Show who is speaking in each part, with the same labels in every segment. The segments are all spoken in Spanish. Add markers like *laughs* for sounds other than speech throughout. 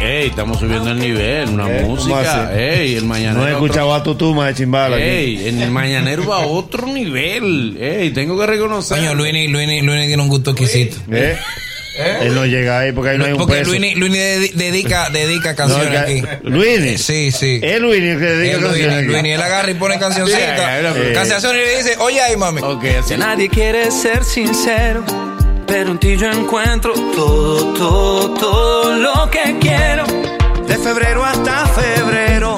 Speaker 1: Ey, estamos subiendo el nivel, una
Speaker 2: Eh, ¿cómo
Speaker 1: música.
Speaker 2: así?
Speaker 1: Ey, el mañanero.
Speaker 2: No he
Speaker 1: a otro-
Speaker 2: escuchado a Tutuma de Chimbala. aquí.
Speaker 1: Ey, en el mañanero va a otro nivel. Ey, tengo que reconocer.
Speaker 3: Coño, Luini, Luini, Luini tiene un gusto exquisito.
Speaker 2: ¿Eh? Él no llega ahí porque ahí no hay un
Speaker 3: Porque
Speaker 2: peso.
Speaker 3: Luini, Luini dedi- dedica, dedica
Speaker 2: No,
Speaker 3: canciones
Speaker 2: que-
Speaker 3: aquí.
Speaker 2: Luini.
Speaker 3: Sí, sí.
Speaker 2: Es Luini que dedica
Speaker 3: Es
Speaker 2: canciones
Speaker 3: Luini,
Speaker 2: aquí.
Speaker 3: Luini, él agarra
Speaker 2: *laughs*
Speaker 3: y pone cancioncita.
Speaker 1: Sí,
Speaker 2: sí.
Speaker 3: Canciones y le dice, oye ahí, mami.
Speaker 1: Ok, así
Speaker 4: Ya nadie quiere ser sincero, pero en ti yo encuentro todo, todo, todo lo que quiero. De febrero hasta febrero,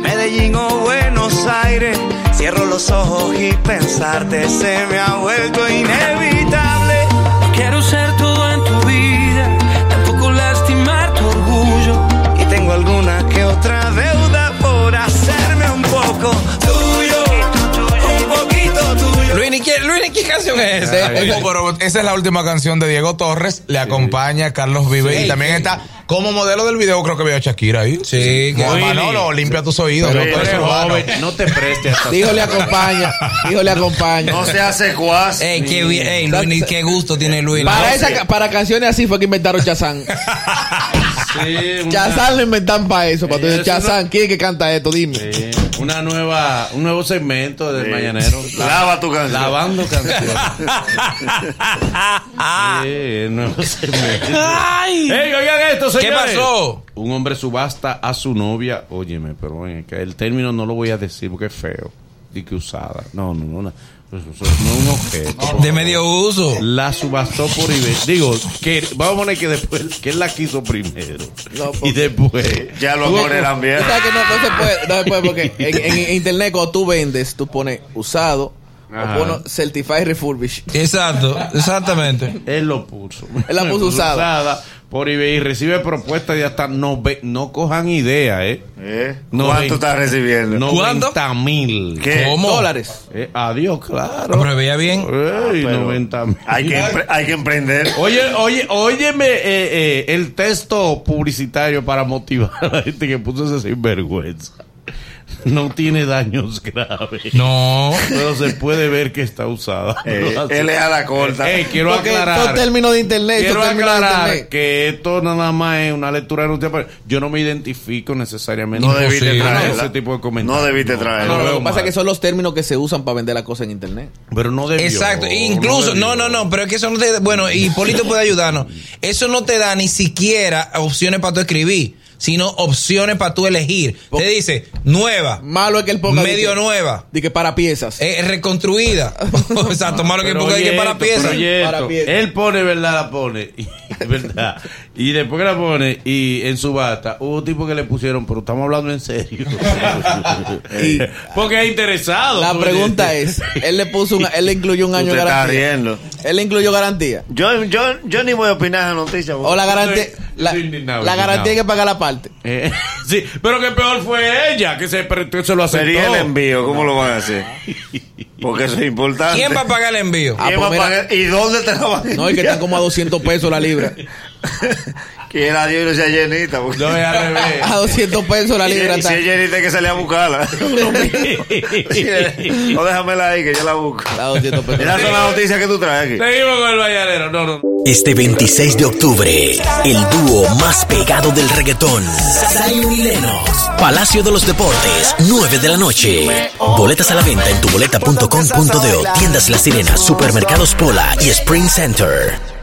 Speaker 4: Medellín o Buenos Aires, cierro los ojos y pensarte se me ha vuelto inevitable. No quiero ser todo en tu vida, tampoco lastimar tu orgullo. Y tengo alguna que otra deuda por hacerme un poco tuyo, un poquito tuyo.
Speaker 3: Luini, ¿qué, Luini, ¿qué canción es esa?
Speaker 1: Ay,
Speaker 5: Ojo, pero esa es la última canción de Diego Torres. Le acompaña Carlos Vives y también está como modelo del video, creo que veo a Shakira ahí.
Speaker 3: Sí, que-
Speaker 5: Como Manolo, limpia tus oídos.
Speaker 2: Pero
Speaker 5: no,
Speaker 2: tú
Speaker 5: tú
Speaker 2: eres
Speaker 5: eres urbano.
Speaker 1: joven, no te prestes hasta
Speaker 6: Dijo le acompaña, dijo le acompaña.
Speaker 2: No se hace cuas.
Speaker 3: Ey, qué bien, ey, Luini, qué gusto tiene Luini.
Speaker 6: para, esa ca- para canciones así fue que inventaron
Speaker 1: *laughs*
Speaker 6: Chazán.
Speaker 1: Sí, una-
Speaker 6: Chazán lo inventan para eso. Para tú
Speaker 1: Eso
Speaker 6: decir, Chazán, ¿quién es que canta esto? Dime.
Speaker 1: Sí, una nueva, un nuevo segmento del mañanero.
Speaker 2: Lava tu canción.
Speaker 1: Lavando canciones. sí, el nuevo segmento.
Speaker 3: ¡Ay!
Speaker 1: Ey, oigan esto,
Speaker 3: ¿Qué
Speaker 1: señores.
Speaker 3: pasó?
Speaker 1: Un hombre subasta a su novia. Óyeme, pero es que el término no lo voy a decir porque es feo. Y que usada. No, no, no. No, no, no es un objeto.
Speaker 3: De medio uso.
Speaker 1: La subastó por eBay. Digo, que vamos a poner que después, que él la quiso primero.
Speaker 6: No,
Speaker 1: y después.
Speaker 2: Ya los amores eran
Speaker 6: Tú
Speaker 2: viejos.
Speaker 6: sabes que no, no se puede, no se puede porque en, en internet cuando tú vendes, tú pones usado
Speaker 1: Ajá.
Speaker 6: o pones certified refurbished.
Speaker 3: Exacto, exactamente.
Speaker 1: Él *laughs* lo puso.
Speaker 6: Él la puso usada.
Speaker 1: por eBay y recibe propuestas y hasta no, ve- no cojan idea, ¿eh?
Speaker 2: ¿Eh?
Speaker 1: No,
Speaker 2: ¿Cuánto
Speaker 1: ve-
Speaker 2: estás recibiendo?
Speaker 3: ¿Cuánto?
Speaker 1: 90 mil.
Speaker 2: ¿Qué?
Speaker 3: ¿Cómo?
Speaker 6: Dólares.
Speaker 1: Eh, adiós, claro.
Speaker 3: Pero veía bien.
Speaker 1: Ey,
Speaker 2: Pero
Speaker 1: 90 mil.
Speaker 2: Hay que, empre- hay que emprender.
Speaker 1: Oye, oye, óyeme eh, eh, el texto publicitario para motivar a la gente que puso ese sinvergüenza. No tiene daños graves. *laughs*
Speaker 3: No.
Speaker 1: Pero se puede ver que está usada.
Speaker 2: *laughs* Eh,
Speaker 1: Lo hace.
Speaker 2: él es a la corta.
Speaker 1: Ey, quiero
Speaker 6: Porque son
Speaker 1: aclarar.
Speaker 6: términos de internet.
Speaker 1: Quiero
Speaker 6: son términos de
Speaker 1: aclarar
Speaker 6: internet.
Speaker 1: que esto nada más es una lectura de noticias, pero Yo no me identifico necesariamente
Speaker 2: no debiste
Speaker 3: imposible.
Speaker 2: traerla.
Speaker 1: ese tipo de comentarios.
Speaker 2: No debiste
Speaker 1: No,
Speaker 6: No,
Speaker 1: no,
Speaker 2: traerla.
Speaker 6: lo
Speaker 1: veo
Speaker 6: que pasa
Speaker 1: mal.
Speaker 6: es que son los términos que se usan para vender las cosas en internet.
Speaker 1: Pero no debió.
Speaker 3: Exacto, incluso, no, no, no, pero es que eso no te, bueno, y Polito puede ayudarnos. Eso no te da ni siquiera opciones para tú escribir, sino opciones para tú elegir. Te dice nueva,
Speaker 6: Malo es que el ponga. de
Speaker 3: medio
Speaker 6: que-
Speaker 3: nueva,
Speaker 6: De que para piezas.
Speaker 3: eh, reconstruida. *laughs* Exacto, malo que
Speaker 1: Pero
Speaker 3: ponga ahí que
Speaker 1: oye
Speaker 3: para
Speaker 1: esto,
Speaker 3: piezas.
Speaker 1: pero oye
Speaker 6: Para
Speaker 1: esto.
Speaker 6: piezas.
Speaker 1: Él pone verdad, la pone. *laughs* Y, verdad. Y después que la pone, y en subasta, hubo tipo que le pusieron, pero estamos hablando en
Speaker 6: *laughs*
Speaker 1: serio.
Speaker 6: Y-
Speaker 1: *laughs* Porque es interesado.
Speaker 6: La
Speaker 1: pues.
Speaker 6: pregunta es, él le puso un, él le incluyó un
Speaker 2: Tú
Speaker 6: año
Speaker 2: te
Speaker 6: de
Speaker 2: estás
Speaker 6: garantía.
Speaker 2: riendo.
Speaker 6: Él le incluyó garantía.
Speaker 2: Yo, yo, yo ni voy a opinar esa noticia.
Speaker 6: O la garantía,
Speaker 1: Estoy-
Speaker 6: la,
Speaker 1: estoy indignado,
Speaker 6: la garantía hay
Speaker 1: indignado.
Speaker 6: que pagar la parte.
Speaker 1: Eh, *laughs* sí, pero que peor fue ella, que se, pre- que se lo aceptó.
Speaker 2: Sería el envío, ¿cómo lo van a hacer? Porque eso es importante.
Speaker 3: ¿Quién va a pagar el envío?
Speaker 6: Ah,
Speaker 2: ¿Quién va a
Speaker 6: pues mira.
Speaker 2: pagar? ¿Y dónde te la van a
Speaker 6: No, y que están
Speaker 1: *laughs*
Speaker 6: como a 200 pesos la libra.
Speaker 2: *laughs* Que la Dios y no sea llenita. porque-
Speaker 1: No, es
Speaker 2: *laughs*
Speaker 1: al
Speaker 6: *laughs*
Speaker 1: revés. *laughs*
Speaker 6: A 200 pesos la
Speaker 2: Si-
Speaker 6: libra
Speaker 2: si
Speaker 6: está.
Speaker 2: es llenita hay que salir a
Speaker 6: *laughs*
Speaker 2: buscarla. *laughs* no déjamela ahí que yo la busco.
Speaker 6: A 200 pesos.
Speaker 2: Esas son las noticias que tú traes aquí.
Speaker 1: Seguimos con el valladero. No, no.
Speaker 7: Este 26 de octubre, el dúo más pegado del reggaetón, Zion y Lennox, Palacio de los Deportes, 9 de la noche. Boletas a la venta en tuboleta.com.de, tiendas La Sirena, supermercados Pola y Spring Center.